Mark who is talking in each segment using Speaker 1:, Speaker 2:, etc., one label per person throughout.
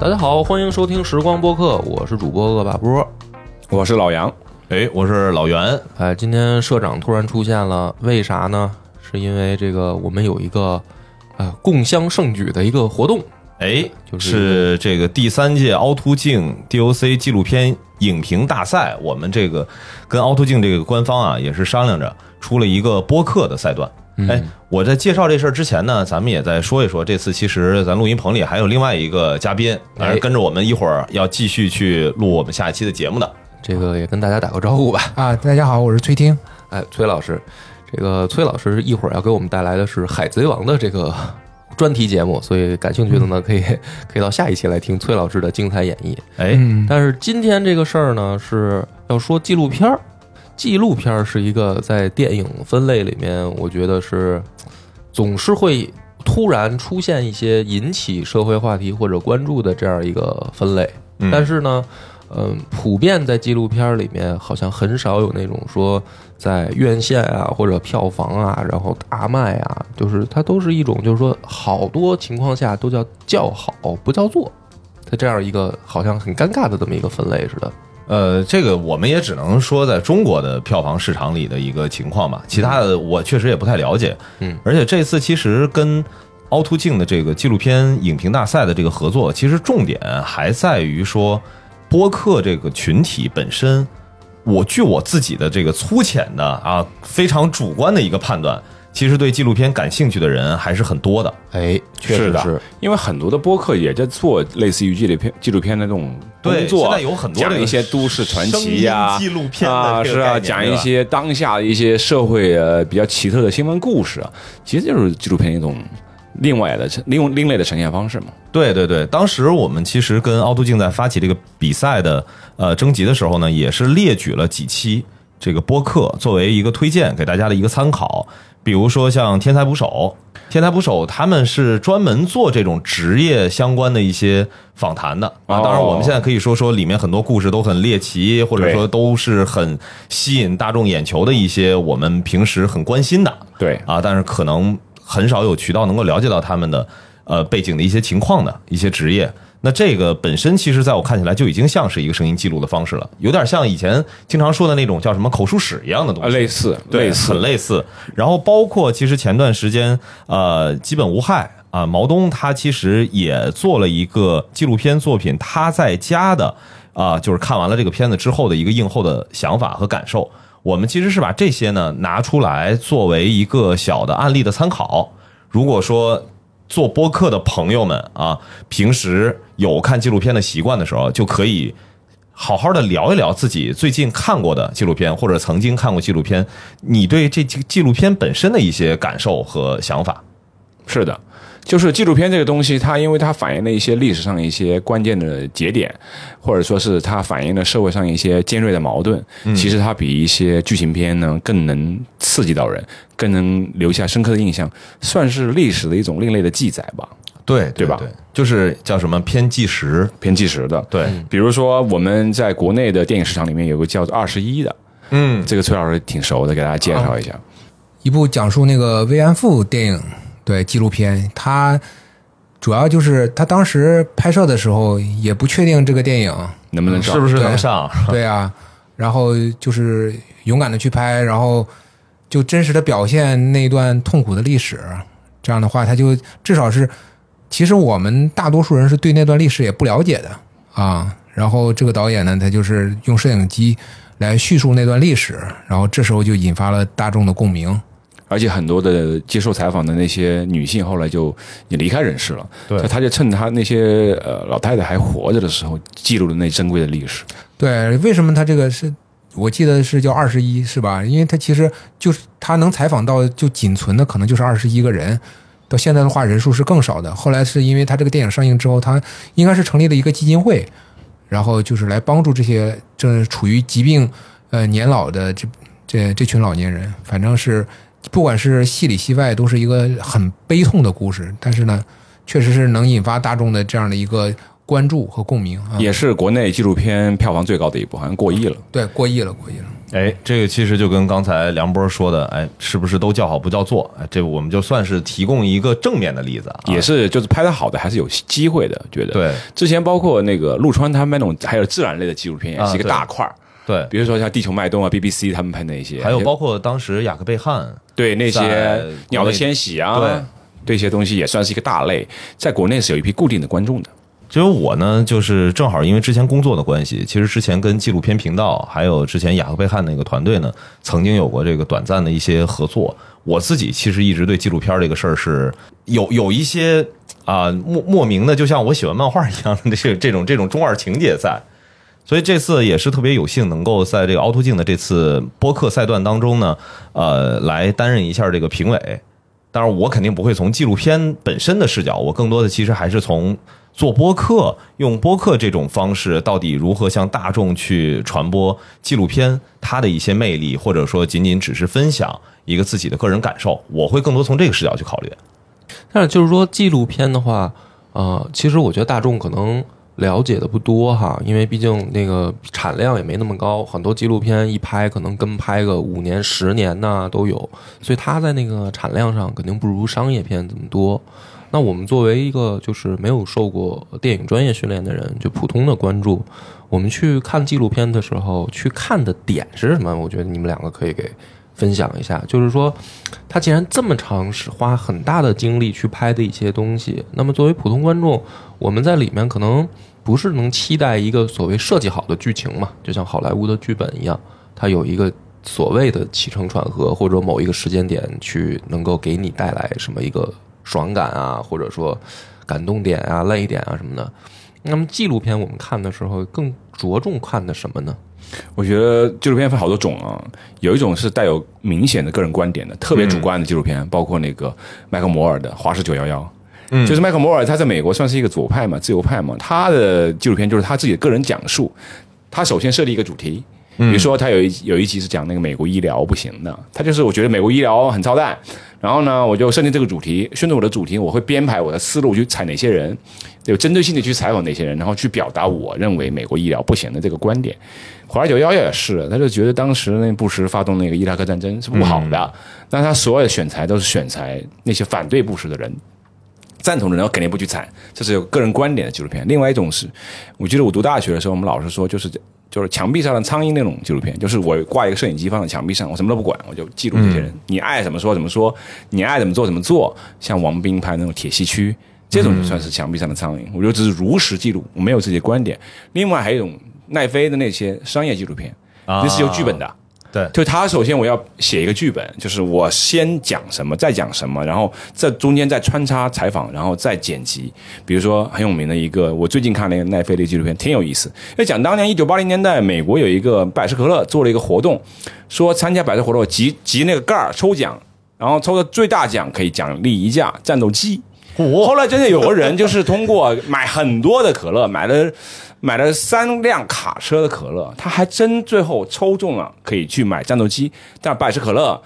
Speaker 1: 大家好，欢迎收听时光播客，我是主播恶霸波。
Speaker 2: 我是老杨，
Speaker 3: 哎，我是老袁，
Speaker 1: 哎，今天社长突然出现了，为啥呢？是因为这个我们有一个呃共襄盛举的一个活动，
Speaker 3: 哎，
Speaker 1: 就是
Speaker 3: 是这个第三届凹凸镜 DOC 纪录片影评大赛，我们这个跟凹凸镜这个官方啊也是商量着出了一个播客的赛段。哎，我在介绍这事儿之前呢，咱们也再说一说，这次其实咱录音棚里还有另外一个嘉宾，当然跟着我们一会儿要继续去录我们下一期的节目的。
Speaker 1: 这个也跟大家打个招呼吧。
Speaker 4: 啊，大家好，我是崔听。
Speaker 1: 哎，崔老师，这个崔老师一会儿要给我们带来的是《海贼王》的这个专题节目，所以感兴趣的呢，可以可以到下一期来听崔老师的精彩演绎。
Speaker 3: 哎，
Speaker 4: 嗯，
Speaker 1: 但是今天这个事儿呢，是要说纪录片儿。纪录片儿是一个在电影分类里面，我觉得是总是会突然出现一些引起社会话题或者关注的这样一个分类。
Speaker 3: 嗯
Speaker 1: 但是呢，嗯，普遍在纪录片儿里面好像很少有那种说在院线啊或者票房啊，然后大卖啊，就是它都是一种就是说好多情况下都叫叫好不叫座。它这样一个好像很尴尬的这么一个分类似的。
Speaker 3: 呃，这个我们也只能说在中国的票房市场里的一个情况吧，其他
Speaker 2: 嗯
Speaker 3: 的我确实也不太了解。
Speaker 1: 嗯，
Speaker 3: 而且这次其实跟凹凸镜的这个纪录片影评大赛的这个合作，其实重点还在于说播客这个群体本身。我据我自己的这个粗浅的啊，非常主观的一个判断，其实对纪录片感兴趣的人还是很多的。
Speaker 1: 哎，确
Speaker 2: 是的，因为很多的播客也在做类似于纪录片、纪录片的这种
Speaker 3: 对
Speaker 2: 工作，
Speaker 3: 现在有很多这
Speaker 2: 讲
Speaker 3: 个
Speaker 2: 一些都市传奇呀、
Speaker 3: 声音纪录片的
Speaker 2: 啊，
Speaker 3: 这个
Speaker 2: 是
Speaker 3: 概
Speaker 2: 啊，
Speaker 3: 念
Speaker 2: 讲
Speaker 3: 对
Speaker 2: 一
Speaker 3: 吧
Speaker 2: 些当下的一些社会呃比较奇特的新闻故事啊，其实就是纪录片一种另外的、另另类的呈现方式嘛。
Speaker 3: 对对对，当时我们其实跟凹凸镜在发起这个比赛的呃征集的时候呢，也是列举了几期这个播客作为一个推荐给大家的一个参考，比如说像天才捕手。天才捕手他们是专门做这种职业相关的一些访谈的啊，
Speaker 2: 哦
Speaker 3: 当然我们现在可以说说里面很多故事都很猎奇，或者
Speaker 2: 对
Speaker 3: 说都是很吸引大众眼球的一些我们平时很关心的，
Speaker 2: 对，
Speaker 3: 啊，但是可能很少有渠道能够了解到他们的呃背景的一些情况的一些职业。那这个本身其实在我看起来就已经像是一个声音记录的方式了，有点像以前经常说的那种叫什么口述史一样的东
Speaker 2: 啊，
Speaker 3: 西。
Speaker 2: 类似，
Speaker 3: 对
Speaker 2: 类似
Speaker 3: 很类似。然后包括其实前段时间，呃，基本无害啊，毛东他其实也做了一个纪录片作品，他在家的啊，就是看完了这个片子之后的一个映后的想法和感受。我们其实是把这些呢拿出来作为一个小的案例的参考。如果说做播客的朋友们啊，平时有看纪录片的习惯的时候，就可以好好的聊一聊自己最近看过的纪录片，或者曾经看过纪录片，你对这纪纪录片本身的一些感受和想法。
Speaker 2: 是的，就是纪录片这个东西，它因为它反映了一些历史上一些关键的节点，或者说是它反映了社会上一些尖锐的矛盾。其实它比一些剧情片呢更能刺激到人，更能留下深刻的印象，算是历史的一种另类的记载吧，
Speaker 3: 对
Speaker 2: 对吧
Speaker 3: 对，就是叫什么偏纪实。嗯
Speaker 2: 偏纪实的。
Speaker 3: 对，
Speaker 2: 比如说，我们在国内的电影市场里面有个叫做《二十一》的，
Speaker 3: 嗯，
Speaker 2: 这个崔老师挺熟的，给大家介绍一下。
Speaker 4: 一部讲述那个慰安妇电影，对纪录片，它主要就是他当时拍摄的时候也不确定这个电影，
Speaker 2: 能不能找
Speaker 3: 是不是
Speaker 4: 对
Speaker 3: 能上？
Speaker 4: 对啊，然后就是勇敢的去拍，然后就真实的表现那段痛苦的历史。这样的话，他就至少是，其实我们大多数人是对那段历史也不了解的啊。然后这个导演呢，他就是用摄影机来叙述那段历史，然后这时候就引发了大众的共鸣。
Speaker 2: 而且很多的接受采访的那些女性后来就也离开人世了。
Speaker 3: 对
Speaker 2: 她她就趁她那些呃老太太还活着的时候，记录了那珍贵的历史。
Speaker 4: 对，为什么他这个是？我记得是叫二十一，是吧？因为他其实就是他能采访到就仅存的可能就是二十一个人，到现在的话人数是更少的。后来是因为他这个电影上映之后，他应该是成立了一个基金会，然后就是来帮助这些正处于疾病呃年老的这这这群老年人，反正是不管是戏里戏外都是一个很悲痛的故事，但是呢，确实是能引发大众的这样的一个关注和共鸣啊。
Speaker 2: 也是国内纪录片票房最高的一部，好像过亿了。
Speaker 4: 对，过亿了，过亿了。
Speaker 3: 哎，这个其实就跟刚才梁波说的，哎，是不是都叫好不叫座？哎，这我们就算是提供一个正面的例子啊，
Speaker 2: 也是就是拍的好的还是有机会的，觉得。
Speaker 3: 对
Speaker 2: 之前包括那个陆川他们那种，还有自然类的纪录片也是一个
Speaker 3: 啊对
Speaker 2: 大块儿。
Speaker 3: 对，
Speaker 2: 比如说像《地球脉动》啊、BBC 他们拍那些，
Speaker 3: 还有包括当时雅克贝汉，
Speaker 2: 对那
Speaker 3: 在
Speaker 2: 些
Speaker 3: 国内
Speaker 2: 鸟的迁徙啊，这些东西也算是一个大类，在国内是有一批固定的观众的。
Speaker 3: 只有我呢，就是正好因为之前工作的关系，其实之前跟纪录片频道，还有之前雅克贝汉那个团队呢，曾经有过这个短暂的一些合作。我自己其实一直对纪录片这个事儿是有有一些啊、莫莫名的，就像我喜欢漫画一样的这这种这种中二情节在。所以这次也是特别有幸能够在这个凹凸镜的这次播客赛段当中呢，呃，来担任一下这个评委。当然，我肯定不会从纪录片本身的视角，我更多的其实还是从做播客，用播客这种方式，到底如何向大众去传播纪录片它的一些魅力，或者说仅仅只是分享一个自己的个人感受，我会更多从这个视角去考虑。
Speaker 1: 但是就是说纪录片的话，呃，其实我觉得大众可能了解的不多哈，因为毕竟那个产量也没那么高，很多纪录片一拍可能跟拍个五年、十年呐都有，所以它在那个产量上肯定不如商业片这么多。那我们作为一个就是没有受过电影专业训练的人，就普通的观众，我们去看纪录片的时候，去看的点是什么？我觉得你们两个可以给分享一下，就是说，他既然这么长时花很大的精力去拍的一些东西，那么作为普通观众，我们在里面可能不是能期待一个所谓设计好的剧情嘛，就像好莱坞的剧本一样，它有一个所谓的起承转合，或者某一个时间点去能够给你带来什么一个爽感啊，或者说感动点啊、泪点啊什么的。那么纪录片我们看的时候更着重看的什么呢？
Speaker 2: 我觉得纪录片分好多种啊，有一种是带有明显的个人观点的，特别主观的纪录片，包括那个麦克摩尔的《华氏九幺幺》。
Speaker 3: 嗯
Speaker 2: 就是麦克摩尔，他在美国算是一个左派嘛，自由派嘛。他的纪录片就是他自己的个人讲述。他首先设立一个主题，比如说他有一有一集是讲那个美国医疗不行的，他就是我觉得美国医疗很操蛋。然后呢，我就设定这个主题，顺着我的主题，我会编排我的思路去采哪些人，有针对性的去采访哪些人，然后去表达我认为美国医疗不行的这个观点。华尔九幺幺也是，他就觉得当时那布什发动那个伊拉克战争是不好的，那、他所有的选材都是选材那些反对布什的人，赞同的人我肯定不去采，这是有个人观点的纪录片。另外一种是，我记得我读大学的时候，我们老师说就是就是墙壁上的苍蝇那种纪录片，就是我挂一个摄影机放在墙壁上，我什么都不管，我就记录这些人，你爱怎么说怎么说，你爱怎么做怎么做。像王斌拍那种铁西区。这种就算是墙壁上的苍蝇，我就只是如实记录，我没有自己的观点。另外还有一种奈飞的那些商业纪录片，
Speaker 3: 啊
Speaker 2: 那是有剧本的，
Speaker 3: 对
Speaker 2: 就他首先我要写一个剧本，就是我先讲什么，再讲什么，然后在中间再穿插采访，然后再剪辑。比如说很有名的一个，我最近看了一个奈飞的纪录片，挺有意思。要讲当年一九八零年代，美国有一个百事可乐做了一个活动，说参加百事活动集集那个盖儿抽奖，然后抽的最大奖可以奖励一架战斗机。 后来真的有个人就是通过买很多的可乐，买了买了三辆卡车的可乐，他还真最后抽中了可以去买战斗机，但百事可乐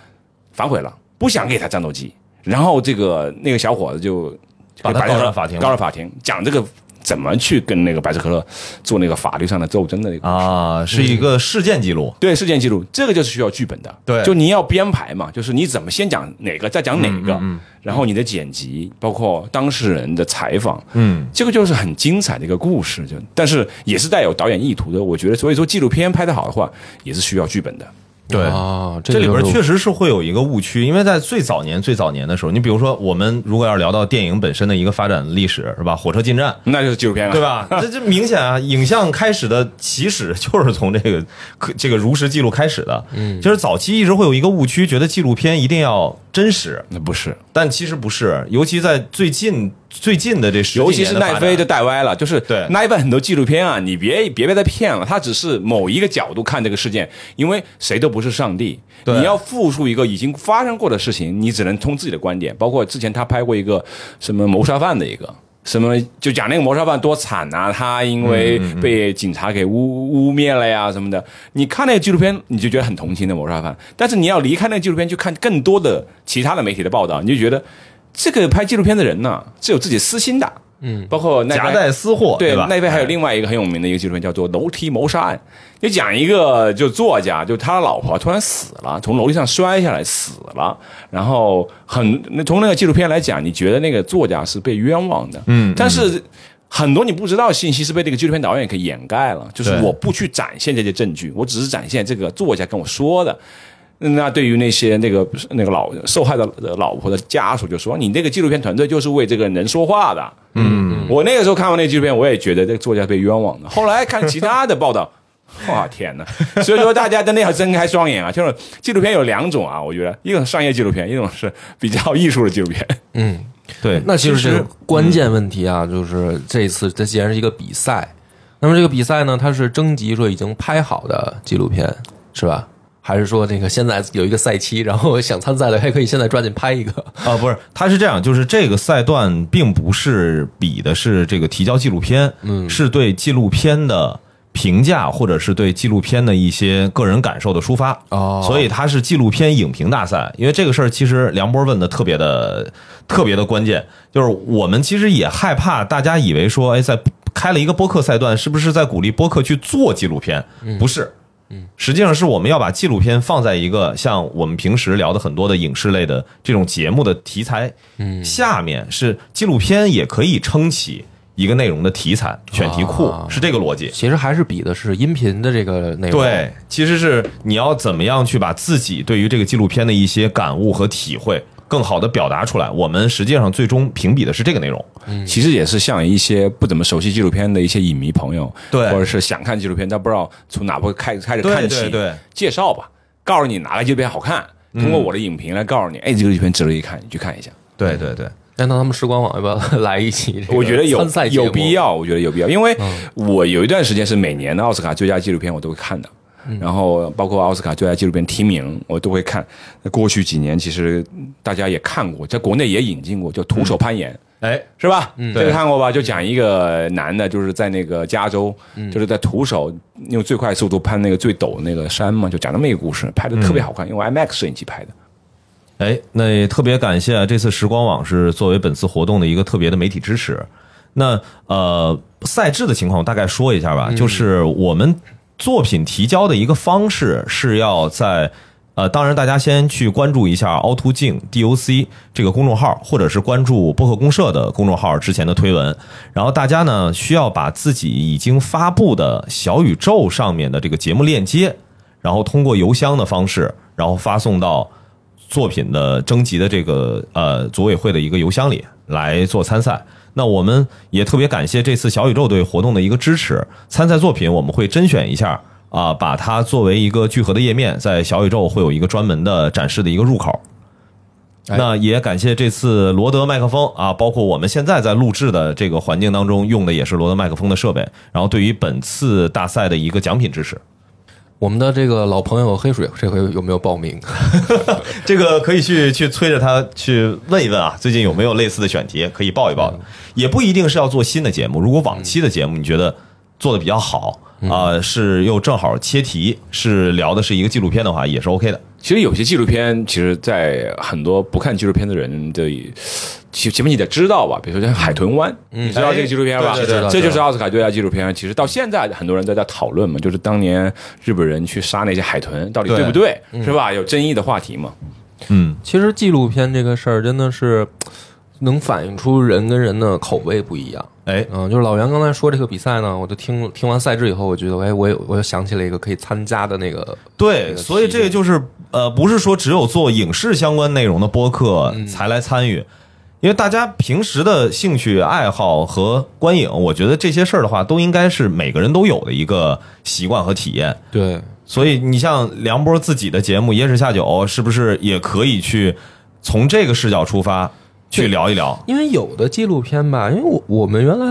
Speaker 2: 反悔了，不想给他战斗机。然后这个那个小伙子就
Speaker 3: 把他
Speaker 2: 百事可乐
Speaker 3: 告上法庭
Speaker 2: 告上法庭，讲这个怎么去跟那个百事可乐做那个法律上的斗争的那个。
Speaker 3: 啊，是一个事件记录，
Speaker 2: 对事件记录，这个就是需要剧本的。
Speaker 3: 对
Speaker 2: 就你要编排嘛，就是你怎么先讲哪个，再讲哪个，然后你的剪辑，包括当事人的采访，
Speaker 3: 嗯，
Speaker 2: 这个就是很精彩的一个故事，就但是也是带有导演意图的。我觉得，所以说纪录片拍得好的话，也是需要剧本的。
Speaker 3: 对
Speaker 1: 啊，
Speaker 3: 这
Speaker 1: 个
Speaker 3: 里
Speaker 1: 就
Speaker 3: 边
Speaker 1: 是
Speaker 3: 确实是会有一个误区，因为在最早年、最早年的时候，你比如说，我们如果要聊到电影本身的一个发展历史，是吧？火车进站，
Speaker 2: 那就是纪录片 了，
Speaker 3: 对？吧？这这明显啊，影像开始的起始就是从这个可这个如实记录开始的。嗯，就是早期一直会有一个误区，觉得纪录片一定要真实，
Speaker 2: 那不是，
Speaker 3: 但其实不是。尤其在最近最近的这十几
Speaker 2: 尤其是
Speaker 3: 年的
Speaker 2: 奈飞就
Speaker 3: 发展
Speaker 2: 带歪了，就是
Speaker 3: 对
Speaker 2: 奈飞很多纪录片啊，你别别被他骗了，他只是某一个角度看这个事件，因为谁都不是上帝，
Speaker 3: 对
Speaker 2: 你要复述一个已经发生过的事情，你只能通自己的观点。包括之前他拍过一个什么谋杀犯的一个。什么就讲那个谋杀犯多惨呐、他因
Speaker 3: 嗯
Speaker 2: 为被警察给污污蔑了呀什么的。你看那个纪录片，你就觉得很同情的谋杀犯，但是你要离开那个纪录片去看更多的其他的媒体的报道，你就觉得这个拍纪录片的人呢、是有自己私心的。
Speaker 1: 嗯，
Speaker 2: 包括奈
Speaker 3: 夹
Speaker 2: 飞
Speaker 3: 带私货，
Speaker 2: 对
Speaker 3: 吧？哎
Speaker 2: 那边还有另外一个很有名的一个纪录片叫做《楼梯谋杀案》，就讲一个就作家，就他老婆突然死了，从楼梯上摔下来死了，然后很那从那个纪录片来讲，你觉得那个作家是被冤枉的，
Speaker 3: 嗯，
Speaker 2: 但是。很多你不知道信息是被这个纪录片导演给掩盖了，就是
Speaker 3: 对
Speaker 2: 我不去展现这些证据，我只是展现这个作家跟我说的。那对于那些那个那个老受害的的老婆的家属就说，你这个纪录片团队就是为这个人说话的。嗯，我那个时候看完那纪录片，我也觉得这个作家被冤枉的。后来看其他的报道，哇天哪！所以说大家真的要睁开双眼啊！就是纪录片有两种啊，我觉得一种是商业纪录片，一种是比较艺术的纪录片。
Speaker 1: 嗯，
Speaker 3: 对，
Speaker 1: 那其实
Speaker 3: 其
Speaker 1: 这
Speaker 3: 实
Speaker 1: 个关键问题啊，就是这次这既然是一个比赛，那么这个比赛呢，它是征集说已经拍好的纪录片是吧？还是说这个现在有一个赛期，然后想参赛的还可以现在抓紧拍一个？
Speaker 3: 啊，不是，他是这样，就是这个赛段并不是比的是这个提交纪录片，嗯，是对纪录片的评价，或者是对纪录片的一些个人感受的抒发。
Speaker 1: 哦
Speaker 3: 所以它是纪录片影评大赛，因为这个事儿其实梁波问的特别的特别的关键，就是我们其实也害怕大家以为说，哎，在开了一个播客赛段，是不是在鼓励播客去做纪录片？不是。实际上是我们要把纪录片放在一个像我们平时聊的很多的影视类的这种节目的题材，嗯，下面是纪录片也可以撑起一个内容的题材选题库
Speaker 1: 啊，
Speaker 3: 是这个逻辑。
Speaker 1: 其实还是比的是音频的这个内容。
Speaker 3: 对，其实是你要怎么样去把自己对于这个纪录片的一些感悟和体会更好的表达出来。我们实际上最终评比的是这个内容。
Speaker 2: 其实也是像一些不怎么熟悉纪录片的一些影迷朋友，
Speaker 3: 对
Speaker 2: 或者是想看纪录片但不知道从哪部开开始
Speaker 3: 对
Speaker 2: 看起，
Speaker 3: 对对
Speaker 2: 介绍吧，告诉你哪个纪录片好看，通过我的影评来告诉你，哎，这个纪录片值得一看，你去看一下。
Speaker 3: 对对对，
Speaker 1: 那他们时光网要不要来一期这个
Speaker 2: 我觉得有
Speaker 1: 嗯参赛节目
Speaker 2: 有必。要，我觉得有必要，因为我有一段时间是每年的奥斯卡最佳纪录片我都会看的，然后包括奥斯卡最佳纪录片提名我都会看。那过去几年其实大家也看过，在国内也引进过，叫《徒手攀岩》。
Speaker 3: 哎，
Speaker 2: 是吧？这
Speaker 3: 对
Speaker 2: 个看过吧？就讲一个男的，就是在那个加州，就是在徒手用最快速度攀那个最陡的那个山嘛，就讲那么一个故事，拍的特别好看，用 IMAX 摄影机拍的。
Speaker 3: 哎，那也特别感谢啊这次时光网是作为本次活动的一个特别的媒体支持。那呃，赛制的情况我大概说一下吧，就是我们作品提交的一个方式是要在。呃，当然，大家先去关注一下凹凸镜 DOC 这个公众号，或者是关注播客公社的公众号之前的推文。然后大家呢，需要把自己已经发布的小宇宙上面的这个节目链接，然后通过邮箱的方式，然后发送到作品的征集的这个呃组委会的一个邮箱里来做参赛。那我们也特别感谢这次小宇宙对活动的一个支持。参赛作品我们会甄选一下啊、把它作为一个聚合的页面，在小宇宙会有一个专门的展示的一个入口。那也感谢这次罗德麦克风啊，包括我们现在在录制的这个环境当中用的也是罗德麦克风的设备，然后对于本次大赛的一个奖品支持。
Speaker 1: 我们的这个老朋友黑水这回有没有报名？
Speaker 3: 这个可以去去催着他去问一问啊，最近有没有类似的选题可以报一报的，也不一定是要做新的节目。如果往期的节目你觉得做的比较好啊、是又正好切题，是聊的是一个纪录片的话，也是 OK 的。
Speaker 2: 其实有些纪录片，其实，在很多不看纪录片的人的，其前面你得知道吧，比如说像《海豚湾》，你知道这个纪录片吧？
Speaker 3: 哎对对对
Speaker 1: 对
Speaker 2: 这就是奥斯卡最佳纪录片。其实到现在，很多人在在讨论嘛，就是当年日本人去杀那些海豚，到底对不对，是吧？有争议的话题嘛。
Speaker 3: 嗯，
Speaker 1: 其实纪录片这个事儿真的是能反映出人跟人的口味不一样。
Speaker 3: 哎，
Speaker 1: 嗯，就是老袁刚才说这个比赛呢，我就听听完赛制以后，我觉得，哎，我有我又想起了一个可以参加的那个，
Speaker 3: 对，所以这个就是呃，不是说只有做影视相关内容的播客才来参与，因为大家平时的兴趣爱好和观影，我觉得这些事儿的话，都应该是每个人都有的一个习惯和体验。
Speaker 1: 对，
Speaker 3: 所以你像梁波自己的节目《野史下酒》，是不是也可以去从这个视角出发去聊一聊？
Speaker 1: 因为有的纪录片吧，因为我我们原来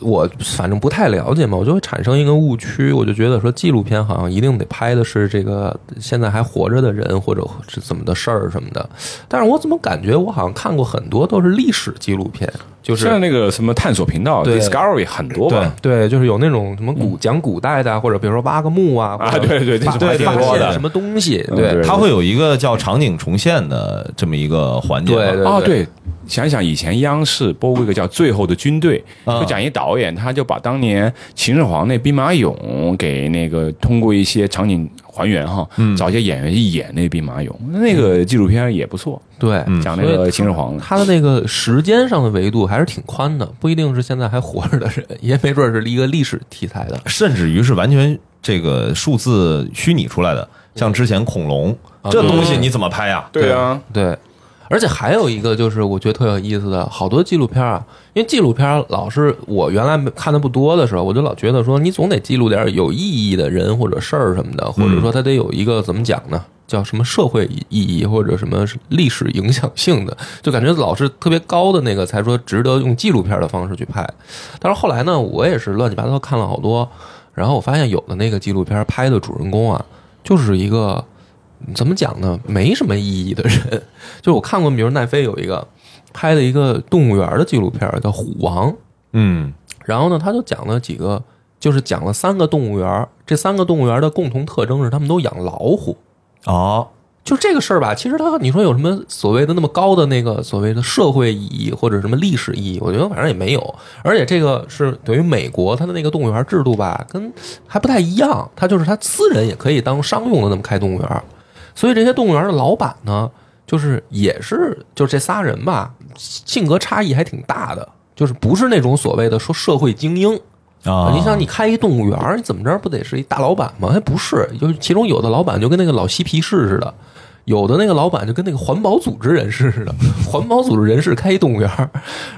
Speaker 1: 我反正不太了解嘛，我就会产生一个误区，我就觉得说纪录片好像一定得拍的是这个现在还活着的人或者是怎么的事儿什么的，但是我怎么感觉我好像看过很多都是历史纪录片，就
Speaker 2: 像
Speaker 1: 是。
Speaker 2: 那个什么探索频道
Speaker 1: 对
Speaker 2: Discovery 很多吧，
Speaker 1: 对，就是有那种什么古讲古代的啊，或者比如说挖个墓啊，
Speaker 2: 嗯啊
Speaker 1: 或者
Speaker 2: 对对对
Speaker 1: 发
Speaker 2: 这种还挺
Speaker 1: 发
Speaker 2: 多
Speaker 1: 现
Speaker 2: 的
Speaker 1: 什么东西，
Speaker 2: 嗯
Speaker 1: 对
Speaker 2: 对
Speaker 3: 它会有一个叫场景重现的这么一个环节吧。
Speaker 1: 对对
Speaker 2: 哦，对，想想以前央视播过一个叫《最后的军队》，
Speaker 3: 啊
Speaker 2: 就讲一导演，他就把当年秦始皇那兵马俑给那个通过一些场景还原哈，
Speaker 1: 嗯
Speaker 2: 找一些演员去演那兵马俑，那个纪录片也不错，
Speaker 1: 对，
Speaker 2: 讲
Speaker 1: 嗯
Speaker 2: 那
Speaker 1: 所以
Speaker 2: 个
Speaker 1: 他
Speaker 2: 秦始皇的。
Speaker 1: 他的那个时间上的维度还是挺宽的，不一定是现在还活着的人，也没准是一个历史题材的。
Speaker 3: 甚至于是完全这个数字虚拟出来的，像之前恐龙
Speaker 1: 嗯啊
Speaker 3: 这
Speaker 1: 对
Speaker 3: 东西
Speaker 1: 对
Speaker 3: 你怎么拍呀？
Speaker 2: 对啊，
Speaker 1: 对，而且还有一个就是我觉得特有意思的，好多纪录片啊，因为纪录片老是我原来没看的不多的时候，我就老觉得说你总得记录点有意义的人或者事儿什么的，或者说它得有一个怎么讲呢？叫什么社会意义或者什么历史影响性的，就感觉老是特别高的那个才说值得用纪录片的方式去拍。但是后来呢，我也是乱七八糟看了好多，然后我发现有的那个纪录片拍的主人公啊，就是一个怎么讲呢，没什么意义的人。就是我看过，比如奈飞有一个拍的一个动物园的纪录片儿叫《虎王》，
Speaker 3: 嗯
Speaker 1: 然后呢，他就讲了几个，就是讲了三个动物园儿，这三个动物园儿的共同特征是他们都养老虎。
Speaker 3: 哦，
Speaker 1: 就这个事儿吧，其实它你说有什么所谓的那么高的那个所谓的社会意义或者什么历史意义，我觉得反正也没有。而且这个是等于美国它的那个动物园制度吧，跟还不太一样，它就是它私人也可以当商用的那么开动物园，所以这些动物园的老板呢，就是也是就这仨人吧，性格差异还挺大的，就是不是那种所谓的说社会精英，
Speaker 3: 啊，
Speaker 1: 你想，你开一动物园儿，你怎么着不得是一大老板吗？哎，不是，就是其中有的老板就跟那个老嬉皮士似的，有的那个老板就跟那个环保组织人士似的，环保组织人士开一动物园儿，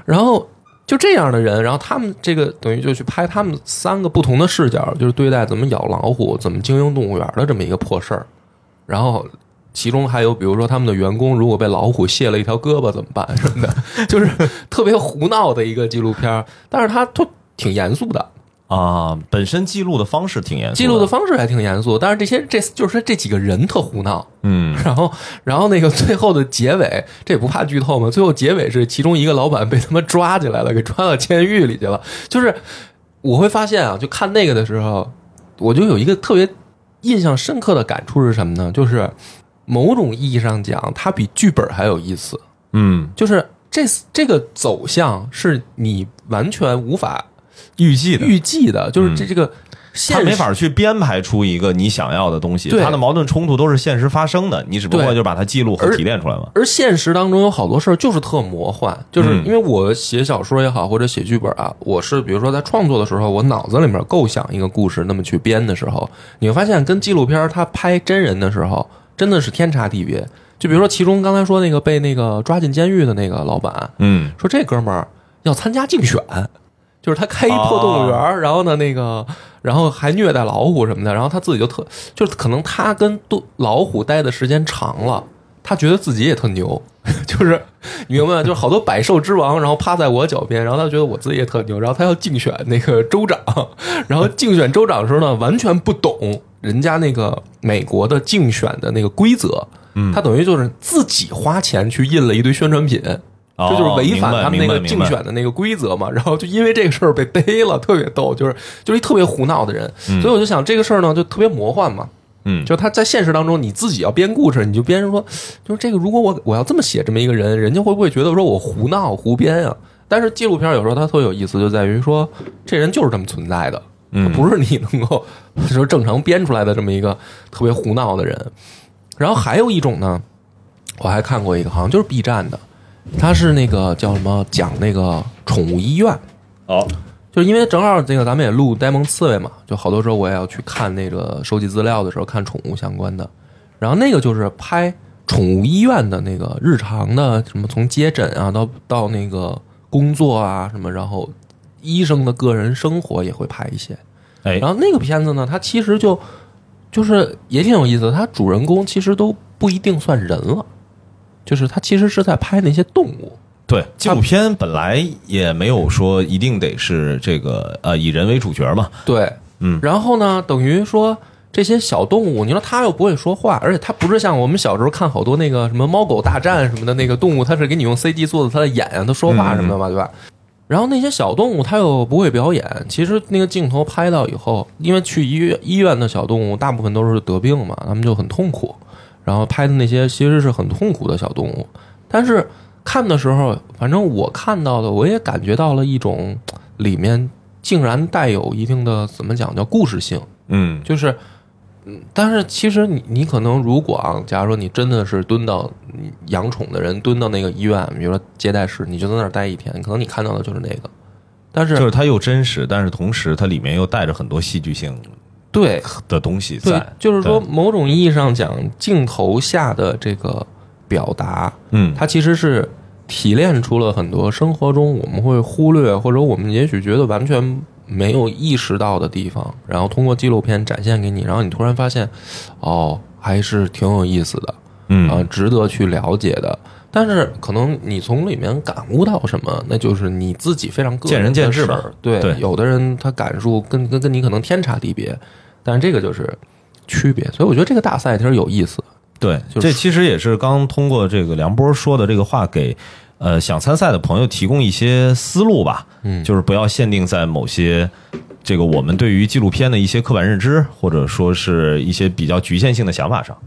Speaker 1: 然后就这样的人，然后他们这个等于就去拍他们三个不同的视角，就是对待怎么咬老虎、怎么经营动物园儿的这么一个破事儿，然后。其中还有，比如说他们的员工如果被老虎卸了一条胳膊怎么办什么的， 就是特别胡闹的一个纪录片儿，但是它都挺严肃的，
Speaker 3: 啊，本身记录的方式挺严肃，
Speaker 1: 记录的，方式还挺严肃，但是这些这就是说这几个人特胡闹，
Speaker 3: 嗯
Speaker 1: 然后然后那个最后的结尾，这也不怕剧透嘛，最后结尾是其中一个老板被他们抓起来了，给抓到监狱里去了。就是我会发现啊，就看那个的时候，我就有一个特别印象深刻的感触是什么呢？就是某种意义上讲，它比剧本还有意思。
Speaker 3: 嗯，
Speaker 1: 就是这这个走向是你完全无法
Speaker 3: 预计的，
Speaker 1: 预计的，就是这这个现
Speaker 3: 他
Speaker 1: 实
Speaker 3: 嗯没法去编排出一个你想要的东西，
Speaker 1: 对
Speaker 3: 他的矛盾冲突都是现实发生的，你只不过
Speaker 1: 对
Speaker 3: 就把它记录和
Speaker 1: 而
Speaker 3: 提炼出来嘛。
Speaker 1: 而现实当中有好多事儿就是特魔幻，就是
Speaker 3: 嗯
Speaker 1: 因为我写小说也好，或者写剧本啊，我是比如说在创作的时候，我脑子里面构想一个故事，那么去编的时候，你会发现跟纪录片儿它拍真人的时候真的是天差地别。就比如说其中刚才说那个被那个抓进监狱的那个老板，
Speaker 3: 嗯，
Speaker 1: 说这哥们儿要参加竞选，就是他开一破动物园儿，然后呢那个，然后还虐待老虎什么的，然后他自己就特就是可能他跟都老虎待的时间长了。他觉得自己也特牛， 就是你明白吗？就是好多百兽之王，然后趴在我脚边，然后他觉得我自己也特牛，然后他要竞选那个州长， 然后竞选州长的时候呢，完全不懂人家那个美国的竞选的那个规则，他等于就是自己花钱去印了一堆宣传品，
Speaker 3: 哦
Speaker 1: 这就是违反他们那个竞。
Speaker 3: 明白明白
Speaker 1: 选的那个规则嘛。然后就因为这个事儿被逮了，特别逗，就是就是一特别胡闹的人。所以我就想这个事儿呢，就特别魔幻嘛。
Speaker 3: 嗯
Speaker 1: 就是他在现实当中，你自己要编故事，你就编说，就是这个，如果我我要这么写这么一个人，人家会不会觉得说我胡闹胡编啊？但是纪录片有时候它特有意思，就在于说这人就是这么存在的，
Speaker 3: 嗯
Speaker 1: 他不是你能够说正常编出来的这么一个特别胡闹的人。然后还有一种呢，我还看过一个，好像就是 B 站的，他是那个叫什么讲那个宠物医院，
Speaker 3: 哦，
Speaker 1: 就是因为正好这个咱们也录呆萌刺猬嘛，就好多时候我也要去看那个收集资料的时候看宠物相关的，然后那个就是拍宠物医院的那个日常的什么从接诊啊到到那个工作啊什么，然后医生的个人生活也会拍一些。
Speaker 3: 哎
Speaker 1: 然后那个片子呢，它其实就就是也挺有意思的，它主人公其实都不一定算人了，就是他其实是在拍那些动物。
Speaker 3: 对，纪录片本来也没有说一定得是这个呃以人为主角嘛，
Speaker 1: 对，
Speaker 3: 嗯
Speaker 1: 然后呢，等于说这些小动物，你说它又不会说话，而且它不是像我们小时候看好多那个什么猫狗大战什么的那个动物，它是给你用 CG 做的它的眼啊，它说话什么的嘛，对吧？然后那些小动物它又不会表演，其实那个镜头拍到以后，因为去医院医院的小动物大部分都是得病嘛，它们就很痛苦，然后拍的那些其实是很痛苦的小动物，但是看的时候，反正我看到的，我也感觉到了一种里面竟然带有一定的怎么讲叫故事性，
Speaker 3: 嗯
Speaker 1: 就是，嗯，但是其实你你可能如果啊，假如说你真的是蹲到你养宠的人蹲到那个医院，比如说接待室，你就在那儿待一天，可能你看到的就是那个，但
Speaker 3: 就是是它又真实，但是同时它里面又带着很多戏剧性
Speaker 1: 对
Speaker 3: 的东西
Speaker 1: 对
Speaker 3: 在，，
Speaker 1: 就是说
Speaker 3: 对，
Speaker 1: 某种意义上讲，镜头下的这个表达，
Speaker 3: 嗯，
Speaker 1: 它其实是提炼出了很多生活中我们会忽略，或者我们也许觉得完全没有意识到的地方，然后通过纪录片展现给你，然后你突然发现，哦，还是挺有意思的，
Speaker 3: 嗯
Speaker 1: 啊，值得去了解的。但是可能你从里面感悟到什么，那就是你自己非常个人
Speaker 3: 见仁见
Speaker 1: 的
Speaker 3: 智
Speaker 1: 事
Speaker 3: 吧
Speaker 1: 儿对，
Speaker 3: 对
Speaker 1: 有的人他感受跟跟跟你可能天差地别，但是这个就是区别。所以我觉得这个大赛其实有意思。
Speaker 3: 对，
Speaker 1: 就是
Speaker 3: 这其实也是刚通过这个梁波说的这个话给。呃，想参赛的朋友提供一些思路吧，
Speaker 1: 嗯
Speaker 3: 就是不要限定在某些这个我们对于纪录片的一些刻板认知，或者说是一些比较局限性的想法上。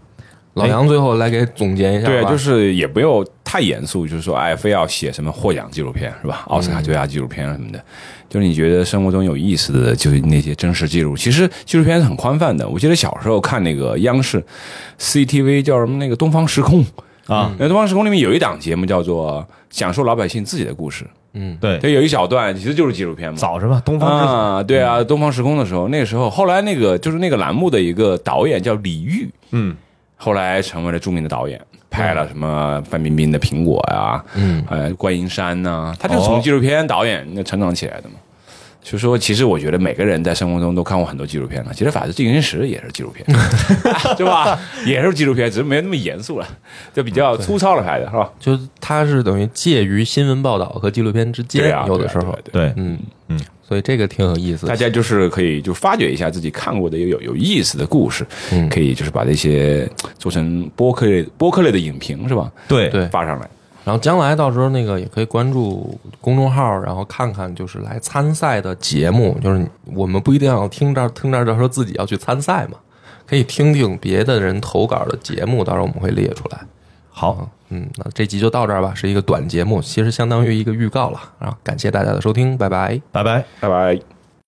Speaker 1: 老杨最后来给总结一下吧，
Speaker 2: 对，就是也不用太严肃，就是说，哎，非要写什么获奖纪录片是吧？奥斯卡最佳纪录片什么的，就是你觉得生活中有意思的，就是那些真实记录。其实纪录片是很宽泛的。我记得小时候看那个央视 CCTV 叫什么那个《东方时空》
Speaker 3: 啊，
Speaker 2: 那《东方时空》里面有一档节目叫做《讲述老百姓自己的故事
Speaker 1: 嗯，
Speaker 3: 对》，，
Speaker 2: 对，有一小段其实就是纪录片嘛。
Speaker 3: 早上吧，东方之
Speaker 2: 啊，对啊，东方时空的时候，那时候后来那个就是那个栏目的一个导演叫李玉，
Speaker 3: 嗯，
Speaker 2: 后来成为了著名的导演，拍了什么范冰冰的《苹果》呀，
Speaker 1: 嗯，
Speaker 2: 呃，观音山呐、他就
Speaker 3: 哦
Speaker 2: 从纪录片导演那成长起来的嘛。就说，其实我觉得每个人在生活中都看过很多纪录片啊了。其实《法制进行时》也是纪录片， 对吧？也是纪录片，只是没那么严肃了，就比较粗糙的拍的，是吧？
Speaker 1: 就它是等于介于新闻报道和纪录片之
Speaker 2: 对
Speaker 1: 间，
Speaker 2: 啊，
Speaker 1: 有的
Speaker 2: 对啊
Speaker 1: 时候，
Speaker 2: 对啊对啊
Speaker 3: 对，
Speaker 1: 嗯
Speaker 3: 嗯，
Speaker 1: 所以这个挺有意思的
Speaker 2: 大。家就是可以就发掘一下自己看过的有有有意思的故事，
Speaker 1: 嗯
Speaker 2: 可以就是把这些做成播客类播客类的影评是吧？
Speaker 3: 对
Speaker 1: 对
Speaker 2: 发上来。
Speaker 1: 然后将来到时候那个也可以关注公众号，然后看看就是来参赛的节目，就是我们不一定要听这儿听这儿就说自己要去参赛嘛，可以听听别的人投稿的节目，到时候我们会列出来。
Speaker 3: 好，
Speaker 1: 嗯，那这集就到这儿吧，是一个短节目，其实相当于一个预告了。啊，感谢大家的收听，拜拜。
Speaker 3: 拜拜。
Speaker 2: 拜拜。